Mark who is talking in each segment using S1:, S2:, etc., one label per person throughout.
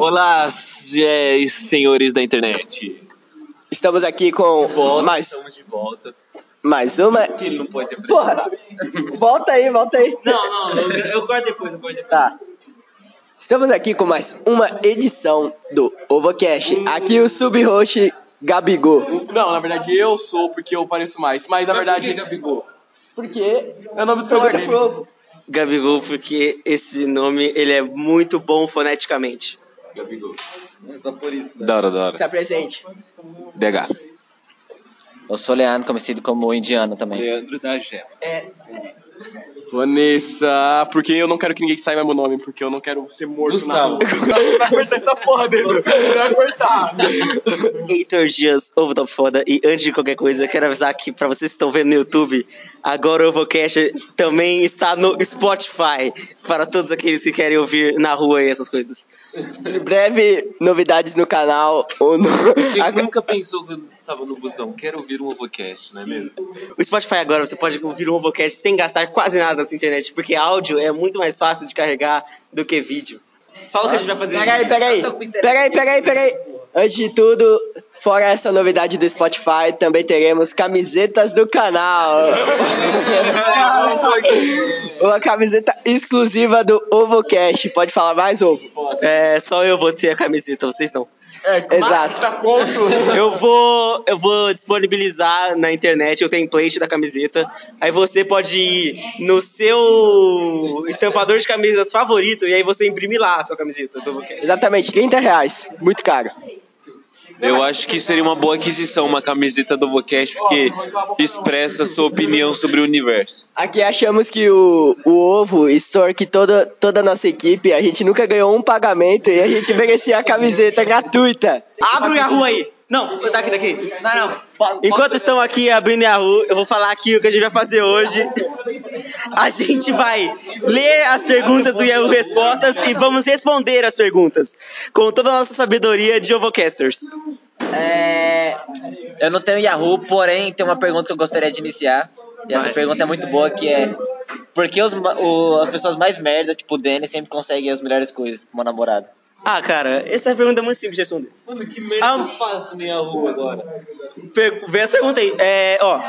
S1: Olá, é, senhores da internet.
S2: Estamos aqui com
S1: Volta,
S2: mais,
S1: Estamos de volta.
S2: mais uma.
S1: Porque ele não pode apresentar.
S2: Porra! Volta aí, volta aí.
S1: Não, não, eu, eu corto depois, eu corto depois.
S2: Tá. Estamos aqui com mais uma edição do Ovocast.
S3: Hum.
S2: Aqui o sub-host Gabigol.
S4: Não, na verdade eu sou porque eu pareço mais. Mas na
S1: é
S4: verdade.
S2: Porque
S4: É o nome do seu prêmio.
S3: Gabigol, porque esse nome ele é muito bom foneticamente.
S1: Da hora, da hora.
S2: Se apresente.
S1: DH.
S5: Eu sou Leandro, conhecido como indiano também.
S1: Leandro da Gema.
S4: Vanessa, porque eu não quero que ninguém saiba meu nome, porque eu não quero ser morto
S1: Gustavo.
S4: na rua. Gustavo, Vai cortar essa porra dele. Vai cortar.
S3: Heitor Dias, ovo top foda. E antes de qualquer coisa, eu quero avisar aqui pra vocês que estão vendo no YouTube, agora o Ovocast tá também está no Spotify. Para todos aqueles que querem ouvir na rua e essas coisas.
S2: Em breve, novidades no canal. Ou no...
S1: Quem
S3: Tipo,
S2: Agora-
S1: nunca pensou quando estava no busão? Quero ouvir um Ovocast, não é mesmo?
S3: O Spotify agora você pode ouvir um Ovocast sem gastar quase nada assim, na sua internet, porque áudio é muito mais fácil de carregar do que vídeo. Fala o que a gente vai fazer.
S2: Pega aí, pega aí. Pega aí, pega aí, pega aí. Antes de tudo, fora essa novidade do Spotify, também teremos camisetas do canal. Uma camiseta exclusiva do OvoCast. Pode falar mais, Ovo?
S3: É, só eu vou ter a camiseta, vocês não.
S2: Exato.
S3: Eu vou, eu vou disponibilizar na internet o template da camiseta. Aí você pode ir no seu estampador de camisas favorito e aí você imprimir lá a sua camiseta do Boquete.
S2: Exatamente, 30 reais. Muito caro.
S1: Eu acho que seria uma boa aquisição uma camiseta do Ovocast, porque expressa
S4: um
S1: sua opinião sobre o universo.
S2: Aqui achamos que o, o Ovo, Stork, toda, toda a nossa equipe, a gente nunca ganhou um pagamento e a gente merecia a camiseta gratuita.
S3: Abre o Yahoo aí! Não, tá daqui, daqui. Não, não. Enquanto estão aqui abrindo o Yahoo, eu vou falar aqui o que a gente vai fazer hoje. A gente vai ler as perguntas do Yahoo Respostas e vamos responder as perguntas com toda a nossa sabedoria de Ovocasters.
S5: É, eu não tenho Yahoo, porém tem uma pergunta que eu gostaria de iniciar. E essa pergunta é muito boa, que é por que os ma- o- as pessoas mais merda, tipo o Danny, sempre conseguem as melhores coisas pra uma namorada?
S3: Ah, cara, essa pergunta é muito simples de responder.
S1: Mano, que merda
S3: eu
S1: faço minha rua agora?
S3: Per vê as perguntas aí. É, ó.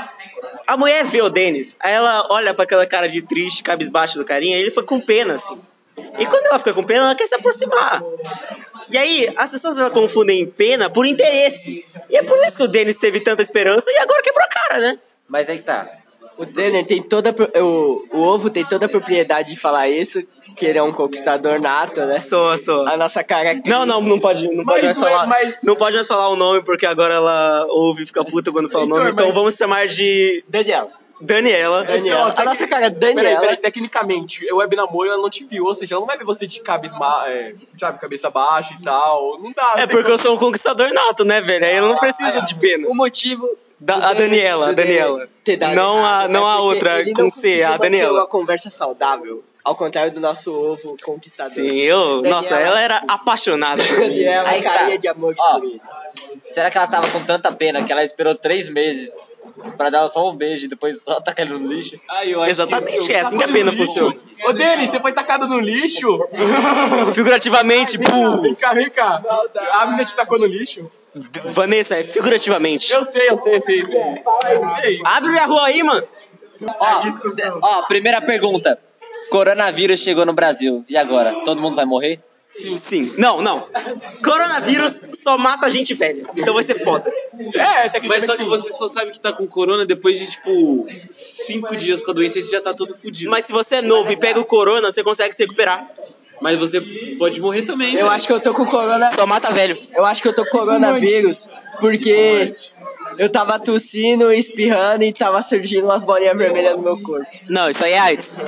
S3: A mulher vê o Denis, aí ela olha pra aquela cara de triste, cabisbaixo do carinha, e ele foi com pena, assim. E quando ela fica com pena, ela quer se aproximar. E aí, as pessoas elas confundem pena por interesse. E é por isso que o Denis teve tanta esperança e agora quebrou a cara, né?
S5: Mas aí que tá.
S2: O Denner tem toda. a pro- O, o ovo tem toda a propriedade de falar isso, que ele é um conquistador nato, né?
S3: Só, só.
S2: A nossa característica.
S3: Não, não, não pode, não pode
S4: Mas,
S1: é
S3: mais falar.
S4: mas-
S3: Não pode mais falar o nome, porque agora ela ouve e fica puta quando fala o nome.
S4: Heitor,
S3: Então
S4: mas-
S3: vamos chamar de
S2: Daniel.
S3: Daniela.
S2: Daniela. A nossa cara,
S4: Peraí,
S2: Daniela.
S4: peraí, tecnicamente, eu web namoro, ela não te viu, ou seja, ela não vai ver você de cabeça, ma- é, sabe, cabeça baixa e tal. Não dá.
S3: É
S4: não tem
S3: porque eu sou um conquistador nato, né, velho? Aí eu não preciso de pena.
S2: O motivo.
S3: Da-
S2: do
S3: a
S2: Denner-
S3: Daniela,
S2: do
S3: a Daniela.
S2: ter dado
S3: Não a-
S2: errado,
S3: não
S2: é
S3: a
S2: porque
S3: outra,
S2: ele não
S3: com C, a
S2: conseguiu manter
S3: Daniela.
S2: uma conversa saudável, ao contrário do nosso ovo conquistador.
S3: Sim, eu.
S2: Daniela.
S3: Nossa, ela era apaixonada. por mim.
S2: Daniela,
S5: Aí tá.
S2: carinha de amor
S5: Ó.
S2: destruída.
S5: Será que ela tava com tanta pena que ela esperou três meses pra dar só um beijo e depois só tacar ele no lixo?
S3: Exatamente, é assim que a pena funciona.
S4: como. Ô, Denis, você foi tacado no lixo?
S3: Figurativamente,
S4: Vem
S3: burro.
S4: cá, vem cá. A menina te tacou no lixo?
S3: Vanessa, é figurativamente.
S4: Eu sei, eu sei, eu sei. Eu sei. Eu sei.
S3: Abre minha rua aí, mano.
S5: Ó, ó, primeira pergunta. Coronavírus chegou no Brasil. E agora? Todo mundo vai morrer?
S3: Sim. Não, não. Coronavírus só mata gente velha. Então vai ser foda.
S4: É, tecnicamente.
S1: Mas só que
S4: sim.
S1: você só sabe que tá com corona depois de, tipo, cinco dias com a doença e você já tá todo fudido.
S3: Mas se você é novo e pega o corona, você consegue se recuperar.
S1: Mas você pode morrer também,
S2: Eu
S1: né?
S2: acho que eu tô com corona.
S3: Só mata velho.
S2: Eu acho que eu tô com coronavírus porque eu tava tossindo, espirrando e tava surgindo umas bolinhas vermelhas no meu corpo.
S3: Não, isso aí é AIDS.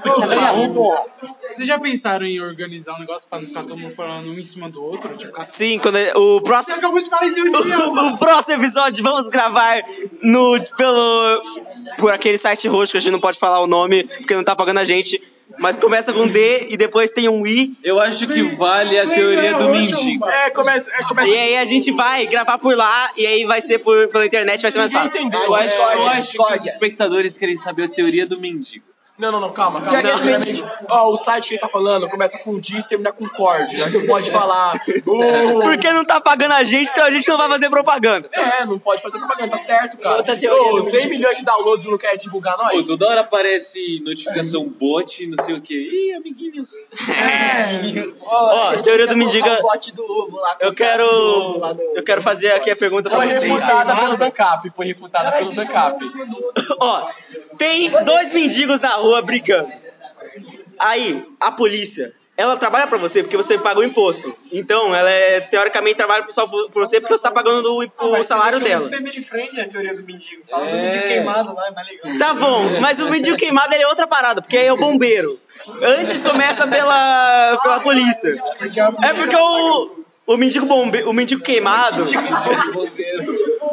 S2: Tá
S6: é Vocês já pensaram em organizar um negócio pra não ficar todo mundo falando um em cima do outro? Tipo, cara,
S3: Sim, quando é- o
S6: você
S3: próximo.
S6: acabou de falar em cima de mim, ó.
S3: O, o próximo episódio vamos gravar no pelo por aquele site roxo que a gente não pode falar o nome porque não tá pagando a gente, mas começa com D e depois tem um I
S1: Eu acho que vale a
S6: Sim,
S1: teoria
S6: é
S1: do
S6: roxo,
S1: mendigo.
S6: mano.
S4: É, começa. É, começa...
S3: e aí a gente vai gravar por lá e aí vai ser por pela internet vai ser mais fácil.
S4: Ninguém entendeu.
S1: Eu acho, eu
S2: Discórdia,
S1: acho que os
S2: discórdia.
S1: espectadores querem saber a teoria do mendigo.
S4: Não, não, não, calma,
S2: Já
S4: calma.
S2: que
S4: não,
S2: ele
S4: primeiramente, ó, o site que ele tá falando começa com diz, termina com cord. Né? Não pode falar. "Oh,
S3: Porque não tá pagando a gente, então a gente não vai fazer propaganda.
S4: É, não pode fazer propaganda, tá certo, cara.
S2: Outra teoria
S4: Ô,
S2: do
S4: 100 milhões de downloads não quer divulgar nós?
S1: Pô, toda hora aparece notificação bot, não sei o que. Ih, amiguinhos.
S3: Ó, teoria do Mendiga.
S2: um
S3: Eu quero. Eu quero fazer aqui a pergunta pra
S6: é
S4: Foi
S3: vocês.
S4: refutada pelo Zancap, foi refutada pelo Zancap.
S3: Ó, tem dois mendigos na rua brigando. Aí, a polícia, ela trabalha pra você porque você paga o imposto. Então, ela é, teoricamente trabalha só por por você porque você tá pagando o,
S6: Ah,
S3: imp- o salário
S6: um
S3: dela.
S6: Family friend é a teoria do mendigo. Fala do mendigo queimado lá, é mais legal.
S3: Tá bom, mas o mendigo queimado ele é outra parada, porque aí é o bombeiro. Antes começa pela, pela polícia. É porque o. O mendigo bombe, o mendigo queimado.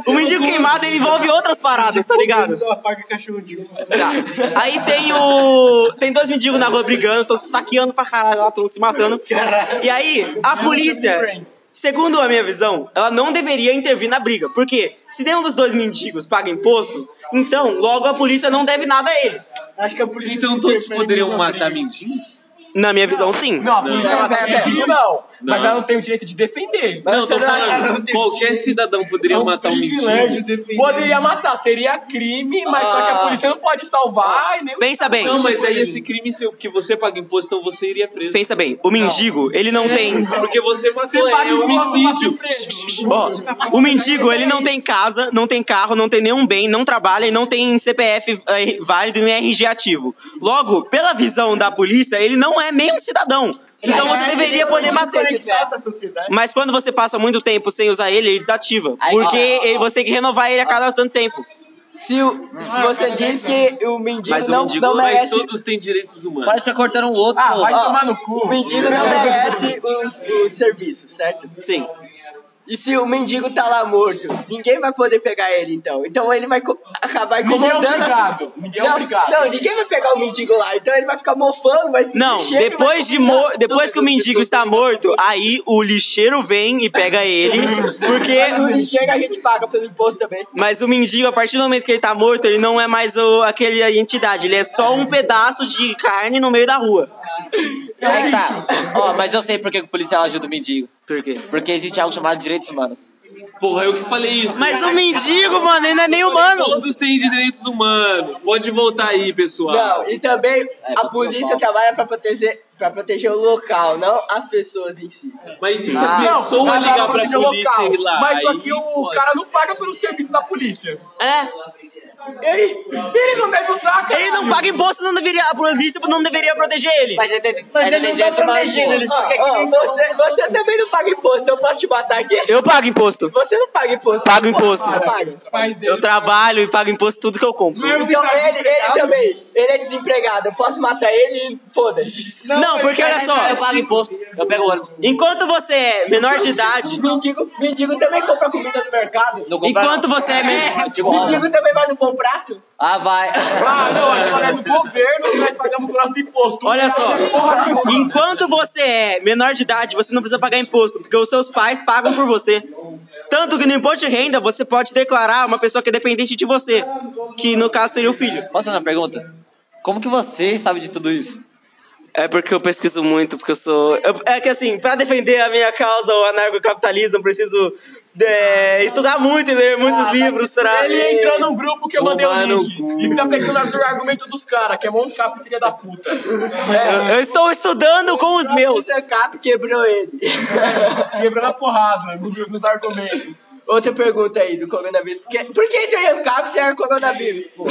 S3: O mendigo queimado ele envolve outras paradas, tá ligado?
S6: Só apaga cachorro de rua.
S3: Tá. Aí tem o. Tem dois mendigos na rua brigando, estão se saqueando pra caralho, lá estão se matando. E aí, a polícia, segundo a minha visão, ela não deveria intervir na briga. Porque se nenhum dos dois mendigos paga imposto, então logo a polícia não deve nada a eles.
S6: Acho
S4: é
S6: que a polícia.
S1: Então
S6: se
S1: todos
S6: interfere
S1: poderiam
S6: na
S1: matar
S6: briga.
S1: mendigos?
S3: Na minha visão, sim.
S4: Não, a polícia
S2: Não.
S4: não, mata
S2: Pera, pera,
S4: mendigo, tá não. Mas ela não tem o direito de defender.
S2: Mas
S1: Não,
S2: você
S1: tô
S2: não acha-
S1: falando, qualquer cidadão poderia matar um mendigo.
S6: Privilégio defender.
S4: Poderia matar, seria crime, mas só que a polícia não pode salvar e nem
S3: Pensa bem.
S1: Não, mas aí esse crime, se o que você paga imposto, então você iria preso.
S3: Pensa bem, o mendigo, ele não tem.
S1: Porque você matou,
S4: Você paga
S1: é
S4: imposto,
S1: homicídio.
S4: tá preso.
S3: Ó, o mendigo, ele não tem casa, não tem carro, não tem nenhum bem, não trabalha e não tem CPF eh, válido e nem RG ativo. Logo, pela visão da polícia, ele não é nem um cidadão. Então você deveria poder matar ele.
S6: Desconectado da sociedade.
S3: Mas quando você passa muito tempo sem usar ele, ele desativa.
S2: Aí,
S3: Porque
S2: ó.
S3: ele- você tem que renovar ele a cada tanto tempo.
S2: Se, o-
S4: Ah,
S2: se
S4: é
S2: você diz que o mendigo
S1: Mas, o
S2: não,
S1: mendigo,
S2: não
S1: mas
S2: merece.
S1: todos têm direitos
S5: Para
S1: humanos.
S5: de ficar cortando um outro.
S4: Ah, vai
S5: ó.
S4: tomar no cu.
S2: O mendigo não merece o, o serviço, certo?
S3: Sim.
S2: E se o mendigo tá lá morto, ninguém vai poder pegar ele então. Então ele vai co- acabar
S4: Ninguém é
S2: incomodando.
S4: obrigado, ninguém é
S2: não,
S4: obrigado.
S2: Não, ninguém vai pegar o mendigo lá, então ele vai ficar mofando, vai se
S3: Não,
S2: mexer, vai
S3: depois, de
S2: convidar
S3: mo- depois
S2: todas
S3: que o
S2: as
S3: mendigo
S2: pessoas.
S3: está morto, aí o lixeiro vem e pega ele.
S2: Mas o
S3: Porque
S2: lixeiro a gente paga pelo imposto também.
S3: Mas o mendigo, a partir do momento que ele tá morto, ele não é mais o, aquele a entidade, ele é só um pedaço de carne no meio da rua.
S5: Aí tá. Ó, mas eu sei por que que o policial ajuda o mendigo.
S3: Por quê?
S5: Porque existe algo chamado direitos humanos.
S1: Porra, eu que falei isso.
S3: Mas o mendigo, mano, ele não é nem humano.
S1: Todos têm direitos humanos. Pode voltar aí, pessoal.
S2: Não, e também a
S5: porque
S2: polícia
S5: eu falo.
S2: trabalha pra proteger, pra proteger o local, não as pessoas em si.
S1: Mas e se
S5: Não,
S1: a pessoa
S4: Ah, vai
S1: ligar pra
S4: proteger o
S1: polícia e ir lá?
S4: Mas só
S1: Aí
S4: que o
S1: pode.
S4: cara não paga pelo serviço da polícia.
S3: É.
S4: Ele, ele não deve usar, cara.
S3: Ele não paga imposto, não deveria, a polícia não deveria proteger ele.
S5: Mas ele tem, mas ele tem direitos humanos.
S2: Ah, ah, você, você também não paga imposto, eu posso te matar aqui?
S3: Eu pago imposto.
S2: Você não paga imposto.
S3: Pago imposto.
S2: Não paga.
S4: Os pais dele.
S3: Eu trabalho e pago imposto tudo que eu compro.
S2: Então
S4: tá
S2: ele, ele
S4: né?
S2: também, ele é desempregado, eu posso matar ele e foda-se.
S3: Não, é porque olha só,
S5: Eu pago imposto, eu pego ônibus.
S3: enquanto você é menor de idade,
S2: Mendigo, mendigo também compra comida no mercado.
S5: Não compra,
S3: enquanto
S5: não.
S3: você é menor...
S5: Tipo, rola.
S2: Mendigo também vai no bom prato.
S5: Ah, vai.
S4: Ah, não, aí paga do governo, nós pagamos o nosso imposto.
S3: Olha só, enquanto você é menor de idade, você não precisa pagar imposto, porque os seus pais pagam por você. Tanto que no imposto de renda você pode declarar uma pessoa que é dependente de você, que no caso seria o filho.
S5: Posso fazer uma pergunta? Como que você sabe de tudo isso?
S3: É porque eu pesquiso muito, porque eu sou. eu- é que assim, pra defender a minha causa, o anarcocapitalismo, eu preciso é, estudar muito e ler muitos livros pra.
S4: Ah, Ele entrou num grupo que eu mandei o
S1: Tomar no
S4: link. E tá pegando as argumentos dos caras, que é mão de capa, filha da puta.
S3: Eu, eu estou estudando com os
S2: O
S3: meus.
S2: Zancap quebrou ele.
S4: Quebrando a porrada no- nos argumentos.
S2: Outra pergunta aí do coronavírus. Por que, por que tem Zancap sem ar é coronavírus, pô?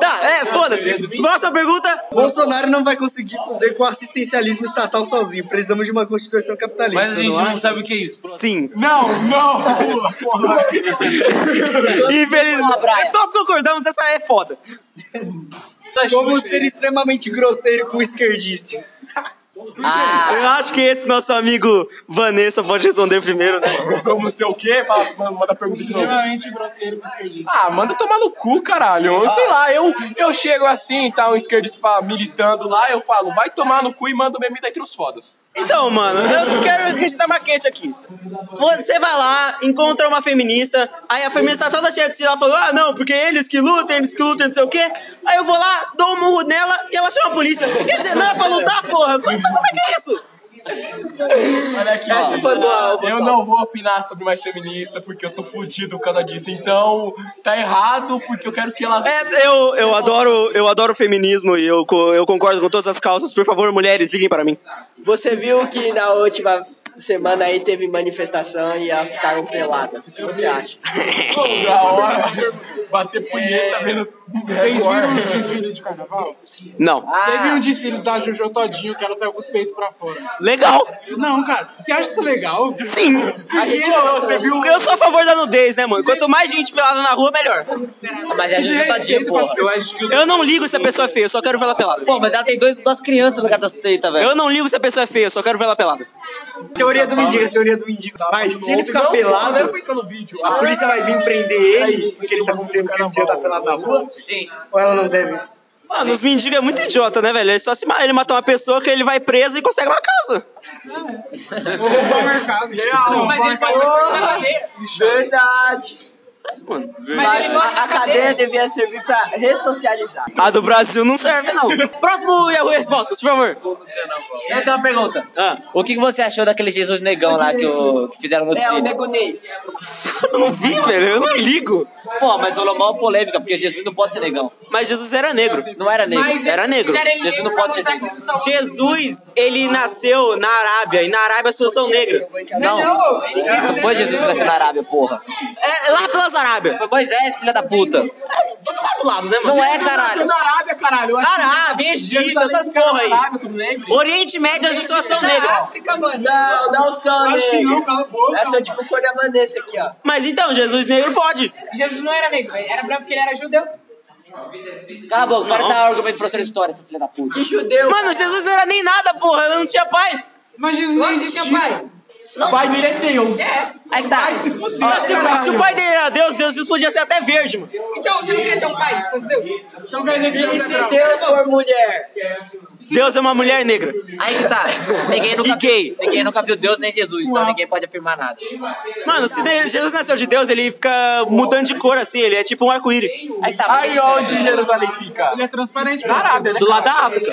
S3: Tá, é, foda-se. Próxima pergunta.
S6: Bolsonaro não vai conseguir foder com o assistencialismo estatal sozinho. Precisamos de uma constituição capitalista.
S1: Mas a gente não sabe o que é isso.
S3: Sim.
S4: Não, não, porra, porra.
S3: Infelizmente.
S5: Brian.
S3: Todos concordamos, essa é foda.
S2: Tá
S6: Como ser extremamente grosseiro com esquerdistas.
S5: Ah,
S3: Eu acho que esse nosso amigo Vanessa pode responder primeiro, né?
S4: Como não sei o quê? Fala, mano, manda a pergunta de novo.
S6: Extremamente grosseiro com esquerdista.
S4: Ah, manda tomar no cu, caralho. Eu sei lá, eu, eu chego assim, tá um esquerdista fa- militando lá, eu falo, vai tomar no cu e manda o meme entre os fodas.
S3: Então, mano, eu quero acreditar uma queixa aqui. Você vai lá, encontra uma feminista, aí a feminista tá toda cheia de si lá, falou, ah, não, porque eles que lutam, eles que lutam, não sei o quê. Aí eu vou lá, dou um murro nela e ela chama a polícia. Quer dizer, não é pra lutar, porra? Mas como é que é isso?
S4: Olha aqui, ó. eu não vou opinar sobre mais feminista porque eu tô fudido por causa disso. Então, tá errado porque eu quero que elas.
S3: É, eu, eu adoro eu adoro feminismo e eu, co- eu concordo com todas as causas. Por favor, mulheres, liguem para mim.
S2: Você viu que na última semana aí teve manifestação e elas ficaram peladas. O que você acha?
S4: Da hora. Bater punheta vendo.
S6: É. Vocês viram o desfile de carnaval?
S3: Não.
S6: Teve um desfile da Jojo Todinho que ela saiu com os peitos pra fora.
S3: Legal.
S6: Não, cara, você acha isso legal?
S3: Sim.
S4: Você viu
S3: Eu sou a favor da nudez, né, mano? Quanto mais gente pelada na rua, melhor.
S5: Mas é
S6: Ele
S5: justo tadinho,
S6: respeita pras
S5: porra.
S6: pessoas que-
S3: Eu não ligo se a pessoa é feia, eu só quero ver ela pelada.
S5: Pô, mas ela tem dois, duas crianças no lugar das tá teitas, velho.
S3: Eu não ligo se a pessoa é feia, eu só quero ver ela pelada.
S7: Teoria do mendigo, teoria do mendigo. Mas se ele ficar
S4: Não,
S7: pelado,
S4: não entra no vídeo.
S7: a polícia vai vir prender ele porque ele tá com tempo que ele tá pelado na rua?
S5: Sim.
S7: Ou ela não deve?
S3: Mano, os mendigos é muito idiota, né, velho? Ele só se ma- ele matar uma pessoa que ele vai preso e consegue uma casa.
S4: Real.
S8: Mas ele pode ser preso na cadeia.
S2: Verdade.
S8: Mas ele morre
S2: A,
S8: na
S2: a cadeia
S8: cadeia.
S2: devia servir pra ressocializar.
S3: A do Brasil não serve, não. Próximo Yahoo Respostas, por favor.
S5: Eu tenho uma pergunta.
S3: Ah,
S5: O que que você achou daquele Jesus negão lá que, o, que fizeram no
S2: É, o
S5: desfile?
S2: Negunei.
S3: eu não vi, velho, eu não ligo.
S5: Pô, mas rolou maior polêmica, porque Jesus não pode ser negão.
S3: Mas Jesus era negro.
S5: Não era negro.
S8: Mas
S3: Era
S8: eles
S3: negro.
S8: fizeram ele
S5: Jesus não
S8: negro
S5: pode
S8: pra
S5: ser
S8: mostrar que são-
S3: Jesus, ele nasceu na Arábia, e na Arábia as pessoas são negras.
S5: Não. Não foi Jesus que nasceu na Arábia, porra.
S3: É, lá pelas Arábias.
S5: Foi Moisés, filha da puta.
S3: É, tudo lá do lado, né, mano?
S5: Não é, caralho.
S4: Arábia, caralho.
S3: Arábia, Egito, essas porra aí. Oriente Médio, as pessoas são negras.
S2: Não, não são
S6: Acho que não,
S2: negros.
S6: cala a boca.
S2: Essas são tipo cor da Vanessa aqui, ó.
S3: Mas então, Jesus negro pode.
S8: Jesus não era negro, ele era branco porque ele era judeu.
S5: Cala a boca, para de dar argumento pra ser história, essa filha da puta.
S2: Que judeu.
S3: Mano, Jesus não era nem nada, porra, ele não tinha pai.
S6: Mas Jesus não
S8: Gosta de
S6: existiu.
S8: seu pai.
S4: Vai dele é teu.
S8: É.
S5: Aí que tá.
S3: Ó, se, se o pai dele era Deus, Jesus podia ser até verde, mano.
S8: Então você não quer ter um pai, se fosse Deus.
S6: Então quer dizer que
S2: E
S6: Deus é
S2: se
S6: branco.
S2: Deus for mulher?
S3: Deus é uma mulher negra.
S5: Aí que tá. Ninguém nunca,
S3: E gay.
S5: ninguém nunca viu Deus nem Jesus, então ninguém pode afirmar nada.
S3: Mano, se de- Jesus nasceu de Deus, ele fica mudando de cor assim, ele é tipo um arco-íris.
S5: Aí tá. mas-
S4: Aí onde Jerusalém fica?
S6: Ele é transparente.
S4: Na Arábia, né?
S3: Do lado da
S4: cara?
S3: África.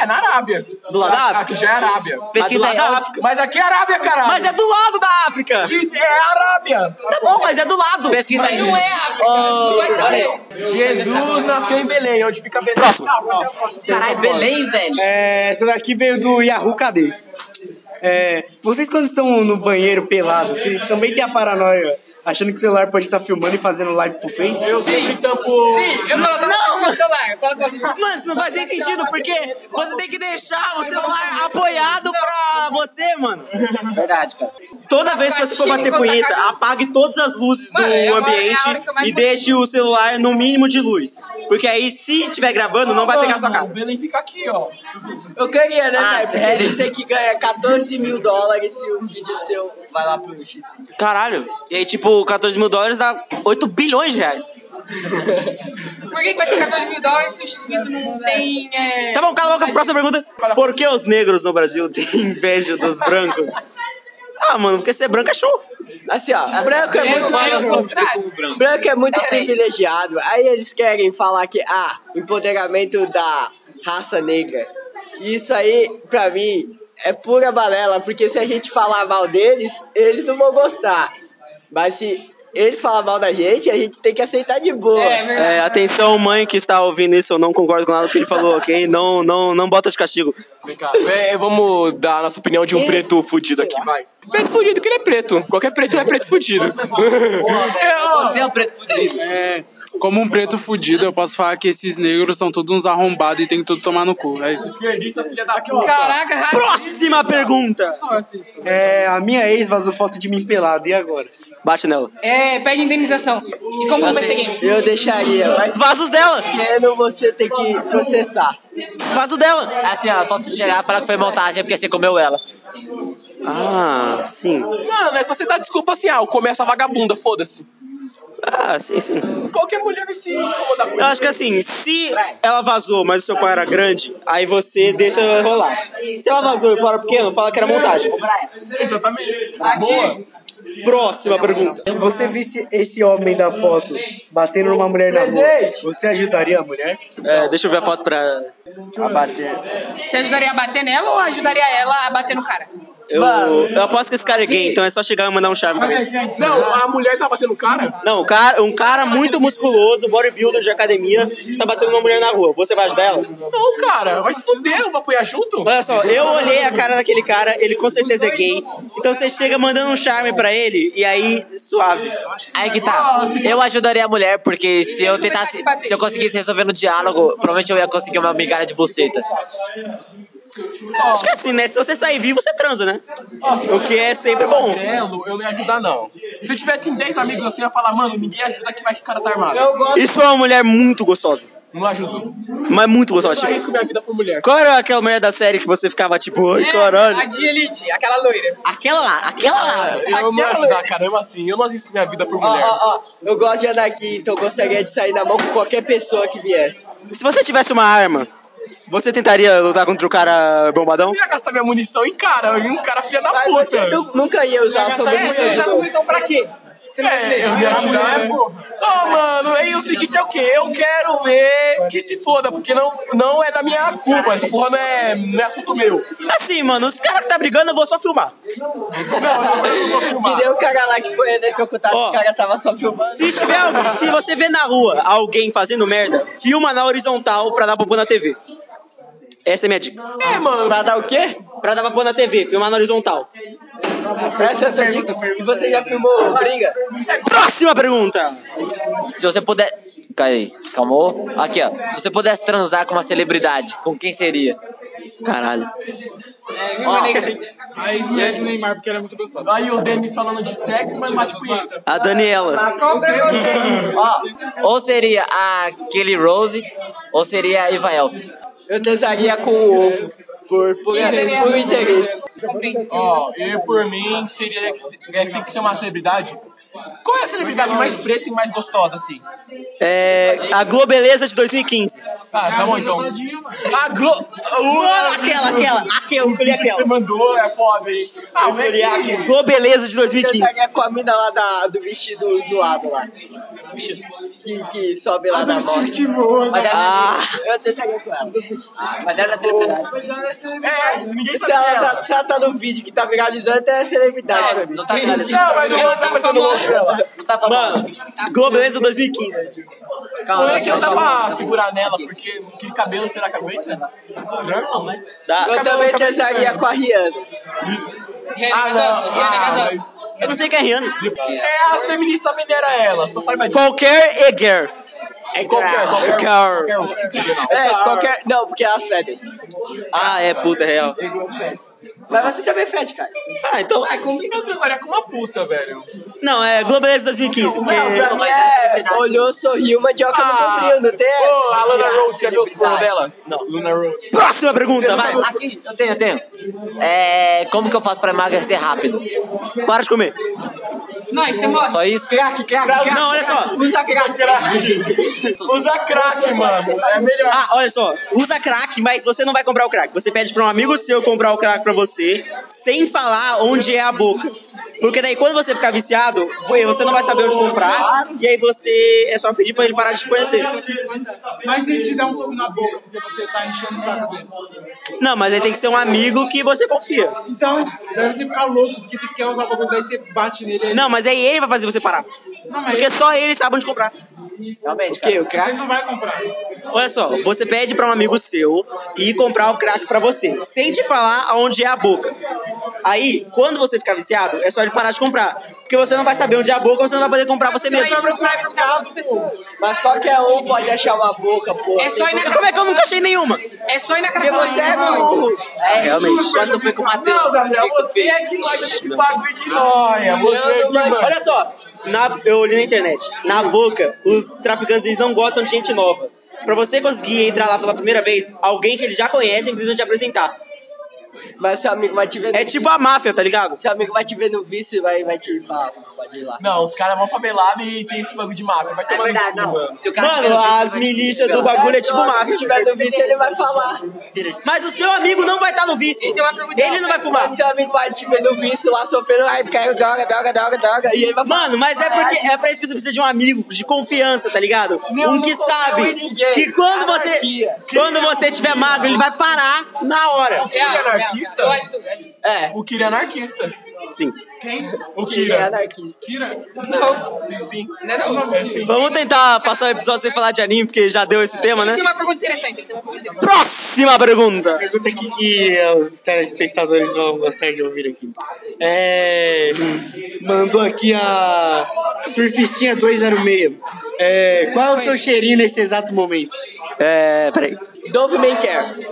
S4: É, na Arábia.
S3: Do lado da África.
S4: Aqui já é Arábia.
S5: Pesquisa
S3: Mas
S5: aí.
S3: do lado da
S5: ó.
S3: África.
S4: Mas aqui é Arábia, caralho.
S3: Mas é do lado da África!
S4: Aqui é Arábia.
S3: Tá bom, mas é do lado!
S5: Pesquisa aí.
S8: Não é África.
S5: Ô,
S8: Vai saber.
S5: olha isso.
S4: Jesus nasceu em Belém, onde fica Belém.
S3: Próximo.
S5: Caralho, Belém, velho.
S7: É, essa daqui veio do Yahoo Cadê? É, vocês quando estão no banheiro pelado, vocês também têm a paranoia achando que o celular pode estar filmando e fazendo live pro Face?
S4: Eu sempre tampo...
S8: Eu não coloco
S3: Não,
S8: no celular, eu coloco no celular.
S3: Mano, isso não faz nem sentido, porque você tem que deixar o celular apoiado pra você, mano.
S5: Verdade, cara.
S3: Toda vez que você for bater punheta, apague todas as luzes do ambiente e deixe o celular no mínimo de luz. Porque aí, se tiver gravando, não vai pegar sua
S4: O
S3: cara.
S4: Belém fica aqui, ó.
S2: Eu queria, né,
S5: Ah,
S2: velho? Porque
S5: sério?
S2: dizer que ganha 14 mil dólares se o vídeo seu vai lá pro X.
S3: Caralho. E aí, tipo, 14 mil dólares dá 8 bilhões de reais.
S8: Por que que vai ser 14 mil dólares se o X-Vídeo não tem. É...
S3: Tá bom, cala a boca, próxima pergunta. Por que os negros no Brasil têm inveja dos brancos? Ah, mano, porque ser branco é show.
S2: Assim, ó, branco é muito,
S8: Eu sou contrário.
S2: branco é muito privilegiado. Aí eles querem falar que, ah, empoderamento da raça negra. Isso aí, pra mim, é pura balela, porque se a gente falar mal deles, eles não vão gostar. Mas se eles falar mal da gente, a gente tem que aceitar de boa.
S8: É verdade.
S3: É, atenção, mãe que está ouvindo isso, eu não concordo com nada que ele falou, ok? Não, não, não bota de castigo.
S4: Vem cá. Vem, vamos dar a nossa opinião de um preto fudido aqui, vai. Preto fudido, que ele é preto. Qualquer preto é preto fudido.
S5: Você é o preto fudido.
S6: É, como um preto fudido, eu posso falar que esses negros são todos uns arrombados e tem que tudo tomar no cu. É isso.
S4: Esquerdista, filha da
S8: Caraca,
S3: Próxima pergunta!
S7: É, a minha ex vazou foto de mim pelado, e agora?
S3: Bate nela.
S8: É, pede indenização. E como não vai ser game?
S2: Eu deixaria, mas
S3: Vasos dela!
S2: querendo você ter que processar.
S3: Vaso dela!
S5: Assim, ó, só se chegar e falar que foi montagem é porque você comeu ela.
S3: Ah, sim.
S4: Mano, é só você dar desculpa assim, ah, eu comi essa vagabunda, foda-se.
S3: Ah, sim, sim.
S4: Qualquer mulher vai se incomodar com
S3: Eu acho que assim, se ela vazou, mas o seu pau era grande, aí você deixa rolar. Se ela vazou e o pau era pequeno, fala que era montagem.
S4: isso. Exatamente. Boa.
S3: Próxima pergunta.
S7: Se Então, você visse esse homem da foto batendo numa mulher na rua, você ajudaria a mulher?
S3: É, deixa eu ver a foto pra.
S8: Você ajudaria a bater nela ou ajudaria ela a bater no cara?
S3: Eu, eu aposto que esse cara é gay, então é só chegar e mandar um charme pra ele.
S4: Não, a mulher tá batendo o cara?
S3: Não, um cara, um cara muito musculoso, bodybuilder de academia, tá batendo uma mulher na rua. Você vai ajudar ela?
S4: Não, cara, vai se fuder, eu vou apoiar junto?
S3: Olha só, eu olhei a cara daquele cara, ele com certeza é gay. Então você chega mandando um charme pra ele e aí, suave.
S5: Aí que tá. Eu ajudaria a mulher, porque se eu tentasse. Se eu conseguisse resolver no diálogo, provavelmente eu ia conseguir uma migalha de buceta.
S3: Acho que assim, né? Se você sair vivo, você transa, né? O que é sempre bom.
S4: Magrelo, eu não ia ajudar, não. Se eu tivesse 10 amigos assim, eu ia falar, mano, ninguém ajuda que vai que o cara tá armado.
S2: Eu gosto
S3: Isso é uma mulher muito gostosa.
S4: Não ajudo.
S3: Mas muito
S4: Eu
S3: gostosa.
S4: só
S3: tipo.
S4: arrisco minha vida por mulher.
S3: Qual era aquela mulher da série que você ficava tipo, ai,
S8: É, A
S3: caralho?
S8: de elite, aquela loira. É,
S3: Aquela lá, aquela lá.
S4: Eu amo ajudar, caramba, assim. Eu não arrisco minha vida por
S2: Ó,
S4: mulher.
S2: ó, ó, eu gosto de anarquia, então eu gostaria de sair na mão com qualquer pessoa que viesse.
S3: Se você tivesse uma arma, você tentaria lutar contra o cara bombadão?
S4: Eu ia gastar minha munição em cara, em um cara filha da
S2: Mas
S4: puta.
S2: você um- tá nu- nunca ia usar a sua munição de novo.
S8: pra quê? Você não vai
S4: É, eu ia atirar. Não, mano, aí o seguinte é o quê? Eu quero ver que se foda, porque não, não é da minha culpa. Essa porra não é, não é assunto meu.
S3: Assim, mano, os caras que tá brigando, eu vou só filmar.
S2: Que nem o cara lá que foi eletrocutado,
S3: Ó.
S2: o cara tava só filmando.
S3: Se tiver, algum- se você vê na rua alguém fazendo merda, filma na horizontal pra dar pra pôr na TV. Essa é minha dica.
S4: É, mano.
S2: Pra dar o quê?
S3: Pra dar pra pôr na TV, filmar na horizontal.
S2: Presta essa dica. E você já filmou briga?
S3: É, Próxima pergunta.
S5: Se você puder. Cai, calmou? Aqui, ó. Se você pudesse transar com uma celebridade, com quem seria?
S3: Caralho.
S6: A ex-mulher do Neymar, porque era muito gostosa.
S4: Aí o Denis falando de sexo, mas bate punheta.
S3: A Daniela.
S5: Ou seria a Kelly Rose, ou seria a Iva Elf.
S2: Eu transaria com o ovo. Por, por, por interesse.
S4: Ó, eu por mim seria. é, tem que ser uma celebridade. Qual é a celebridade mais preta e mais gostosa, assim?
S3: É, a Globeleza de 2015.
S4: Ah, tá bom então. Uh,
S3: A Glo... Mano, aquela, aquela, aquela, escolhi
S4: Você
S3: aquela.
S4: mandou, é foda, hein? Ah,
S3: Eu
S4: o
S3: escolhi
S4: Rex-
S3: a Globeleza de
S7: é
S3: 2015.
S2: Transaria com a mina lá da, do vestido zoado lá. Que, que sobe
S7: Ah,
S2: lá
S3: é
S2: na
S3: assim
S2: morte.
S5: Mas
S4: é
S5: ela,
S3: Ah,
S2: Eu transaria com ela.
S5: mas ela não é celebridade.
S4: É, ninguém
S2: Se
S4: sabe.
S2: ela,
S4: quem é ela.
S2: tá, se ela tá no vídeo que tá viralizando, é celebridade pra mim.
S5: Não tá viralizando.
S4: Não, mas eu vou tá aparecendo o rosto dela.
S5: Não tá
S3: mano,
S5: falando.
S3: Globeleza 2015.
S4: O
S5: Calma,
S4: é que não
S5: calma,
S4: dá
S5: calma.
S4: pra segurar nela, porque aquele cabelo será que aguenta? Não, mas.
S3: Dá.
S2: Eu também transaria com a Rihanna.
S4: Ah,
S3: é assim,
S4: não. Ah, mas-
S3: Eu não sei quem é a Rihanna.
S4: É a feminista venera ela, só saiba disso.
S3: Qualquer Eger.
S2: É
S4: Qualquer,
S2: grau.
S4: qualquer.
S3: Girl.
S2: É, qualquer. Não, porque elas fedem.
S3: Ah, é puta, é real.
S2: Mas você também fede, cara.
S3: Ah, então.
S4: Eu transaria com uma puta, velho.
S3: Não, é Globeleza 2015. Porque...
S2: Não, pra mim é. Olhou, sorriu, mandioca no cobriu, não tem? Tá
S4: Ô, a Lana Rhodes, já viu os pulos dela? Não, Luna Rhodes.
S3: Próxima pergunta, vai.
S5: Aqui, eu tenho, eu tenho. É, como que eu faço pra emagrecer rápido?
S3: Para de comer.
S8: Não, isso é mó.
S5: Só isso?
S2: Crack, crack,
S3: Não, olha só.
S2: Usa crack,
S4: Usa crack, mano. É melhor.
S3: Ah, olha só. Usa crack, mas você não vai comprar o crack. Você pede pra um amigo seu comprar o crack pra você, sem falar onde é a boca. Porque daí quando você ficar viciado, você não vai saber onde comprar. E aí você é só pedir pra ele parar de te conhecer.
S4: Mas se ele te der um soco na boca, porque você tá enchendo o saco dele.
S3: Não, mas aí tem que ser um amigo que você confia.
S4: Então, deve você ficar louco, porque você quer usar a boca, daí você bate nele.
S3: Não, mas aí ele vai fazer você parar. Porque só ele sabe onde comprar.
S2: Realmente, cara. O crack?
S4: não vai comprar.
S3: Olha só, você pede pra um amigo seu ir comprar o crack pra você, sem te falar aonde é a boca. Aí, quando você ficar viciado, é só ele parar de comprar. Porque você não vai saber onde é a boca, você não vai poder comprar você mesmo.
S8: Vai procurar viciar outras pessoas.
S2: Mas qualquer um pode achar uma boca, pô.
S8: É só ir na
S3: Como é que eu nunca achei nenhuma?
S8: É só ir na
S2: Porque você é burro.
S5: É,
S3: realmente.
S5: Quando eu fui com o Matheus.
S4: Não, Gabriel, você é que gosta desse bagulho de nóia. Você é que
S2: não
S4: manda.
S3: Olha só, na- eu olhei na internet, na boca, os traficantes eles não gostam de gente nova. Pra você conseguir entrar lá pela primeira vez, alguém que eles já conhecem precisa te apresentar.
S2: Mas seu amigo vai te ver no,
S3: É tipo a máfia, tá ligado?
S2: seu amigo vai te ver no vício e vai, vai te falar, pode ir lá.
S4: Não, os caras vão favelado e tem esse bagulho de máfia. Vai
S9: É
S4: tomar
S9: verdade,
S4: no cu,
S9: não.
S4: mano.
S9: Se o cara tiver
S3: Mano,
S9: no vício, ele
S3: as
S9: vai te
S3: milícias do
S9: pegar.
S3: bagulho é tipo
S2: Se
S3: máfia.
S2: tiver no vício, ele vai falar.
S3: Mas o seu amigo não vai estar no vício.
S8: Tem uma pergunta.
S3: Ele não vai fumar.
S2: Mas seu amigo vai te ver no vício lá sofrendo, ai, caiu, droga, droga, droga, droga. E ele vai falar.
S3: Mano, mas é porque é pra isso que você precisa de um amigo, de confiança, tá ligado?
S2: Não,
S3: um
S2: não confio
S3: que
S2: em
S3: sabe
S2: ninguém.
S3: que quando
S2: Anarquia.
S3: você quando você tiver magro, ele vai parar na hora.
S4: Ele é anarquista?
S8: Eu acho que eu acho.
S2: É.
S4: O Kira é anarquista.
S3: Sim.
S4: Quem?
S2: Ele
S4: O
S2: é
S4: Kira.
S2: anarquista.
S4: Kira? Não. Sim, sim. Não é não. É sim.
S3: Vamos tentar passar o episódio sem falar de anime, porque já deu esse tema, né?
S8: Tem uma pergunta interessante. Tem uma pergunta interessante.
S3: Próxima pergunta.
S7: Pergunta aqui que eh, os telespectadores vão gostar de ouvir aqui. É, mandou aqui a Surfistinha 206. É, qual é o seu cheirinho nesse exato momento?
S3: É, peraí.
S2: Dove Man Care.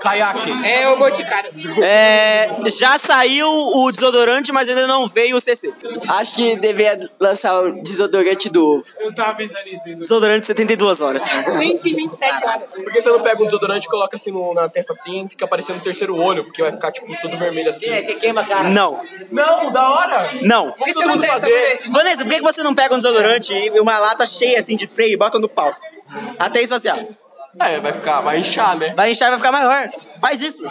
S4: Caiaque.
S8: É o Boticário.
S3: É, já saiu o desodorante, mas ainda não veio o CC.
S2: Acho que devia lançar um desodorante do ovo.
S4: Eu tava pensando nisso. Edu.
S3: Desodorante 72 horas.
S8: 127 horas.
S4: Por que você não pega um desodorante e coloca assim no- na testa assim, fica aparecendo o terceiro olho, porque vai ficar, tipo, todo vermelho assim.
S9: Sim, aí você queima, cara.
S3: Não,
S4: Não, da hora!
S3: não.
S8: Por que você
S4: todo
S8: não
S4: mundo
S8: testa
S4: fazer.
S8: por esse?
S3: Vanessa, por que que você não pega um desodorante e uma lata cheia assim de spray e bota no pau? Até esvaziar.
S4: É, vai ficar, vai inchar, né?
S3: Vai inchar e vai ficar maior. Faz isso.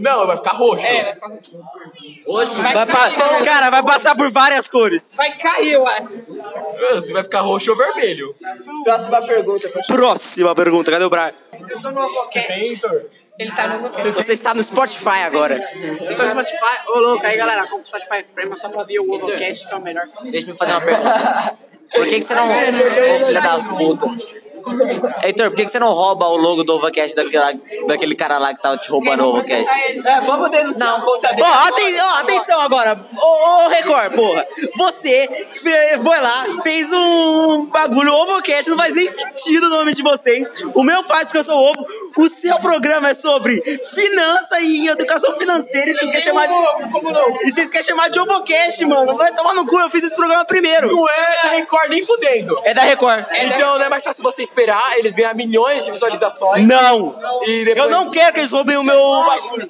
S4: Não, vai ficar roxo.
S8: É, vai ficar
S9: Oxe,
S3: Vai né? pa- Cara, vai passar por várias cores.
S8: Vai cair, eu acho.
S4: Você vai ficar roxo ou vermelho.
S2: Próxima pergunta.
S3: Próxima pergunta, cadê o Brian?
S8: Eu tô no Avocast.
S4: Heitor.
S8: Ele tá no Avocast.
S3: Você está no Spotify agora.
S9: Eu tô no Spotify. Ô, louco, aí galera, compra o Spotify Premium só pra ouvir o Ovocast, que é o melhor.
S5: Deixa eu fazer uma pergunta. Por que, que você não. Ô, filha das putas. Heitor, por que, que você não rouba o logo do Ovacast daquela, daquele cara lá que tava te roubando o Ovacast?
S2: É, vamos denunciar a conta dele.
S3: Ó, aten- ó, atenção agora. Ô, ô, Record, porra. Você fe- foi lá, fez um bagulho ovocast, não faz nem sentido o nome de vocês. O meu faz porque eu sou ovo. O seu programa é sobre finança e educação financeira. E vocês querem
S4: é
S3: chamar de... Como não? E vocês querem chamar de ovocast, mano. Vai tomar no cu, eu fiz esse programa primeiro.
S4: Não é da Record nem fudendo.
S3: É da Record.
S4: Então não é mais fácil você esperar eles ganhar milhões de visualizações.
S3: Não!
S4: E depois...
S3: Eu não quero que eles roubem o meu bagulho.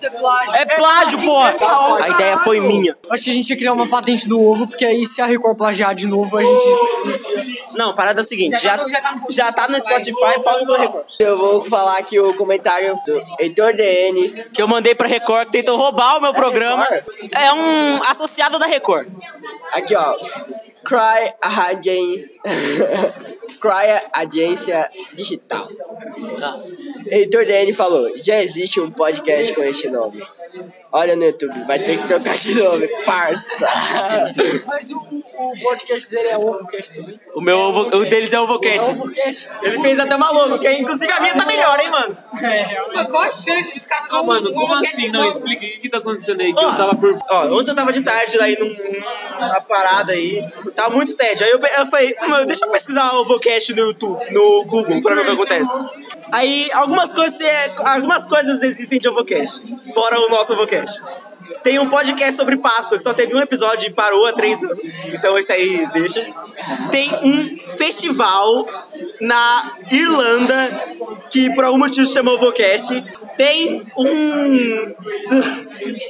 S3: É plágio, porra. A ideia foi minha.
S7: Acho que a gente ia criar uma patente do ovo, porque aí se a Record plagiar de novo, a gente.
S3: Não, a parada é o seguinte, já,
S8: Já tá no- já tá no-
S3: já tá no Spotify, pau no Record.
S2: Eu vou falar aqui o comentário do Heitor DN.
S3: que eu mandei pra Record que tentou roubar o meu programa. É um associado da Record.
S2: Aqui, ó. Cry a Agen... Cry a Agência Digital. Heitor DN falou, já existe um podcast com este nome. Olha no YouTube, vai ter que trocar de nome, parça.
S9: Mas o, o podcast dele é Ovocast também.
S3: O meu ovo- o deles é o Vocast.
S9: Ovocast.
S3: Ele fez até uma logo,
S7: é-
S3: que inclusive a minha tá melhor, hein, mano?
S8: Mano, qual a chance dos caras
S1: Ah, mano, como
S8: Ovocast?
S1: assim? Não, explica o que que tá acontecendo aí. Que
S3: Ó,
S1: eu tava por.
S3: ó, ontem eu tava de tarde aí num, numa parada aí. Tava muito tédio. Aí eu, pe- eu falei, mano, deixa eu pesquisar o Vocast no YouTube, no Google, pra ver o que acontece. Aí algumas coisas, é- algumas coisas existem de Ovocast, fora o nosso Ovocast. Tem um podcast sobre Páscoa, que só teve um episódio e parou há três anos. Então esse aí deixa. Tem um festival na Irlanda que por algum motivo se chamou Vocast. Tem um.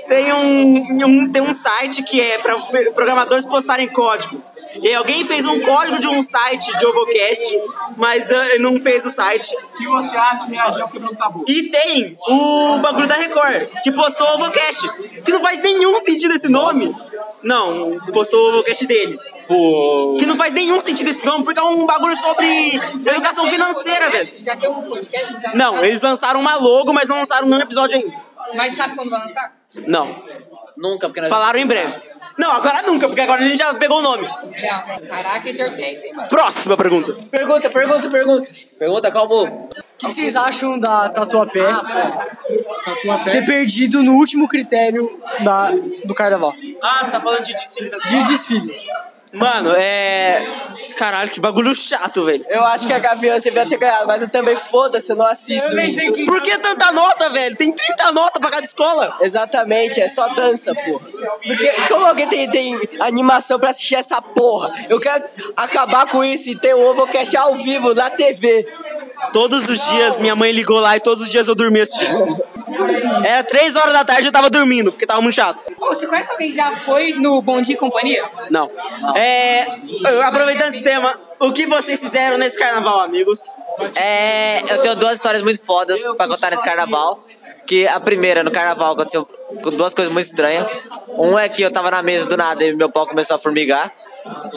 S3: Tem um, um- Tem um site que é para programadores postarem códigos. E aí alguém fez um código de um site de Ovocast, mas ah, não fez o site.
S4: que você acha de reagir ao quebrando tabu?
S3: E tem o bagulho da Record, que postou o Ovocast, que não faz nenhum sentido esse nome. Não, postou o Ovocast deles. Que não faz nenhum sentido esse nome, porque é um bagulho sobre educação financeira, velho.
S8: Já tem um podcast? Já
S3: Não, eles lançaram uma logo, mas não lançaram nenhum episódio ainda.
S8: Mas sabe quando vai lançar?
S3: Não,
S5: Nunca, porque nós.
S3: falaram em breve. Não, agora nunca, porque agora a gente já pegou o nome.
S8: Não. Caraca, Heitor tem isso, hein, mano.
S3: Próxima pergunta.
S2: Pergunta, pergunta, pergunta.
S5: Pergunta qual o.
S7: O que, que vocês acham da Tatuapé, ter perdido no último critério da, do carnaval?
S3: Ah, você tá falando de desfile das
S7: De desfile.
S3: Mano, é. Caralho, que bagulho chato, velho.
S2: Eu acho que a Gavião devia ter ganhado, mas eu também foda-se, eu não assisto. isso.
S3: Por que tanta nota, velho? Tem 30 notas pra cada de escola.
S2: Exatamente, é só dança, porra. Porque como alguém tem, tem animação pra assistir essa porra? Eu quero acabar com isso e ter o Ovocast ao vivo na TV.
S3: Todos os dias minha mãe ligou lá e todos os dias eu dormia assistindo. Era três horas da tarde eu tava dormindo, porque tava muito chato.
S8: Pô, você conhece alguém que já foi no Bom Dia e Companhia?
S3: Não. É, aproveitando esse tema, o que vocês fizeram nesse carnaval, amigos?
S5: É, eu tenho duas histórias muito fodas pra contar nesse carnaval. Que a primeira, no carnaval, aconteceu com duas coisas muito estranhas. Um é que eu tava na mesa do nada e meu pau começou a formigar.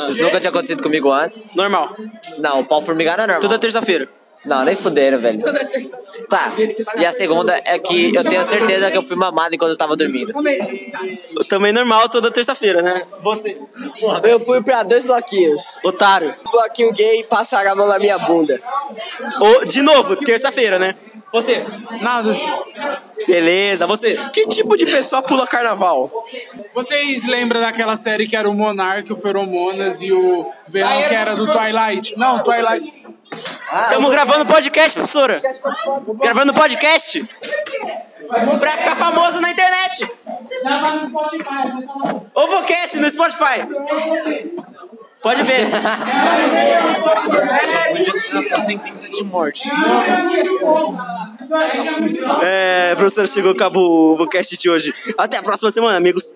S5: Isso nunca tinha acontecido comigo antes.
S3: Normal.
S5: Não, o pau formigar não é normal.
S3: Toda terça-feira.
S5: Não, nem fuderam, velho. Tá, e a segunda é que eu tenho certeza que eu fui mamado enquanto eu tava dormindo.
S3: Também normal, toda terça-feira, né? Você,
S2: Eu fui pra dois bloquinhos. Um
S3: otário.
S2: Bloquinho gay e passaram a mão na minha bunda.
S3: Ou, de novo, terça-feira, né? Você.
S6: Nada.
S3: Beleza, você. Que tipo de pessoa pula carnaval?
S6: Vocês lembram daquela série que era o Monarca, o Feromonas e o Verão, que era do Twilight? Não, Twilight.
S3: Estamos gravando podcast, professora. Gravando podcast. Pra ficar famoso na internet. Ovocast no Spotify. Pode ver. É, professora, chegou, acabou o Ovocast de hoje. Até a próxima semana, amigos.